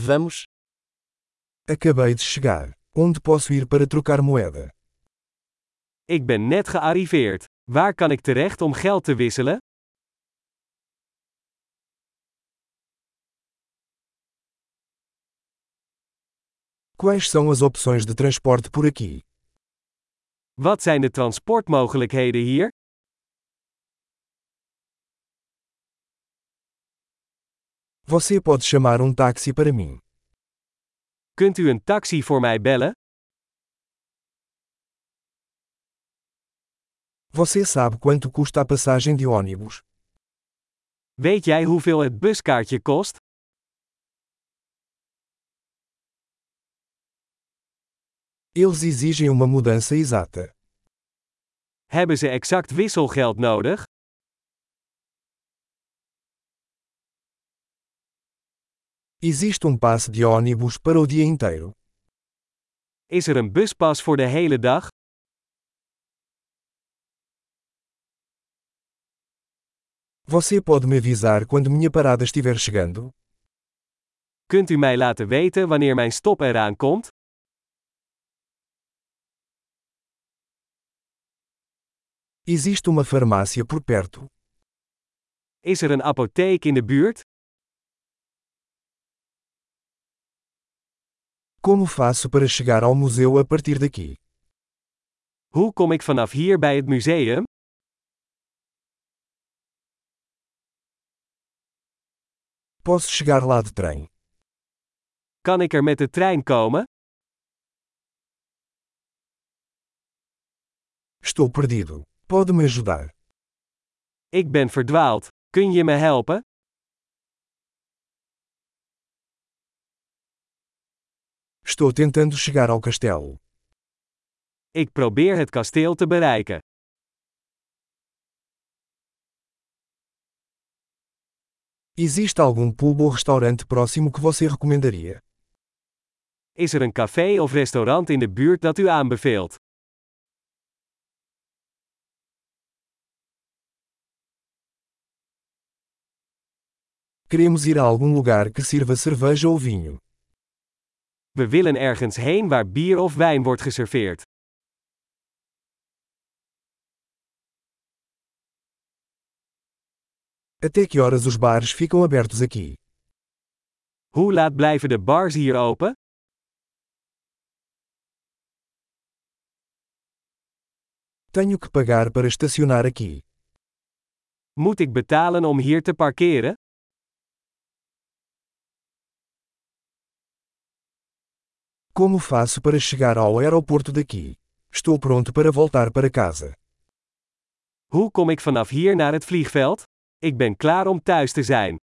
Vamos. Acabei de chegar. Onde posso ir para trocar moeda? Ik ben net gearriveerd. Waar kan ik terecht om geld te wisselen? Quais são as opções de transporte por aqui? Wat zijn de transportmogelijkheden hier? Você pode chamar um táxi para mim. Kunt u een taxi voor mij bellen? Você sabe quanto custa a passagem de ônibus? Weet jij hoeveel het buskaartje kost? Eles exigem uma mudança exata. Hebben ze exact wisselgeld nodig? Existe um passe de ônibus para o dia inteiro. Is er een buspas voor de hele dag? Você pode me avisar quando minha parada estiver chegando? Kunt u mij laten weten wanneer mijn stop eraan komt? Existe uma farmácia por perto. Is er een apotheek in de buurt? Como faço para chegar ao museu a partir daqui? Hoe kom ik vanaf hier bij het museum? Posso chegar lá de trem. Kan ik er met de trein komen? Estou perdido. Pode me ajudar? Ik ben verdwaald. Kun je me helpen? Estou tentando chegar ao castelo. Ik probeer het kasteel te bereiken. Existe algum pub ou restaurante próximo que você recomendaria? Is er een café of restaurant in de buurt dat u aanbeveelt? Queremos ir a algum lugar que sirva cerveja ou vinho. We willen ergens heen waar bier of wijn wordt geserveerd. Até que horas os bares ficam abertos aqui? Hoe laat blijven de bars hier open? Tenho que pagar para estacionar aqui. Moet ik betalen om hier te parkeren? Como faço para chegar ao aeroporto daqui? Estou pronto para voltar para casa. Hoe kom ik vanaf hier naar het vliegveld? Ik ben klaar om thuis te zijn.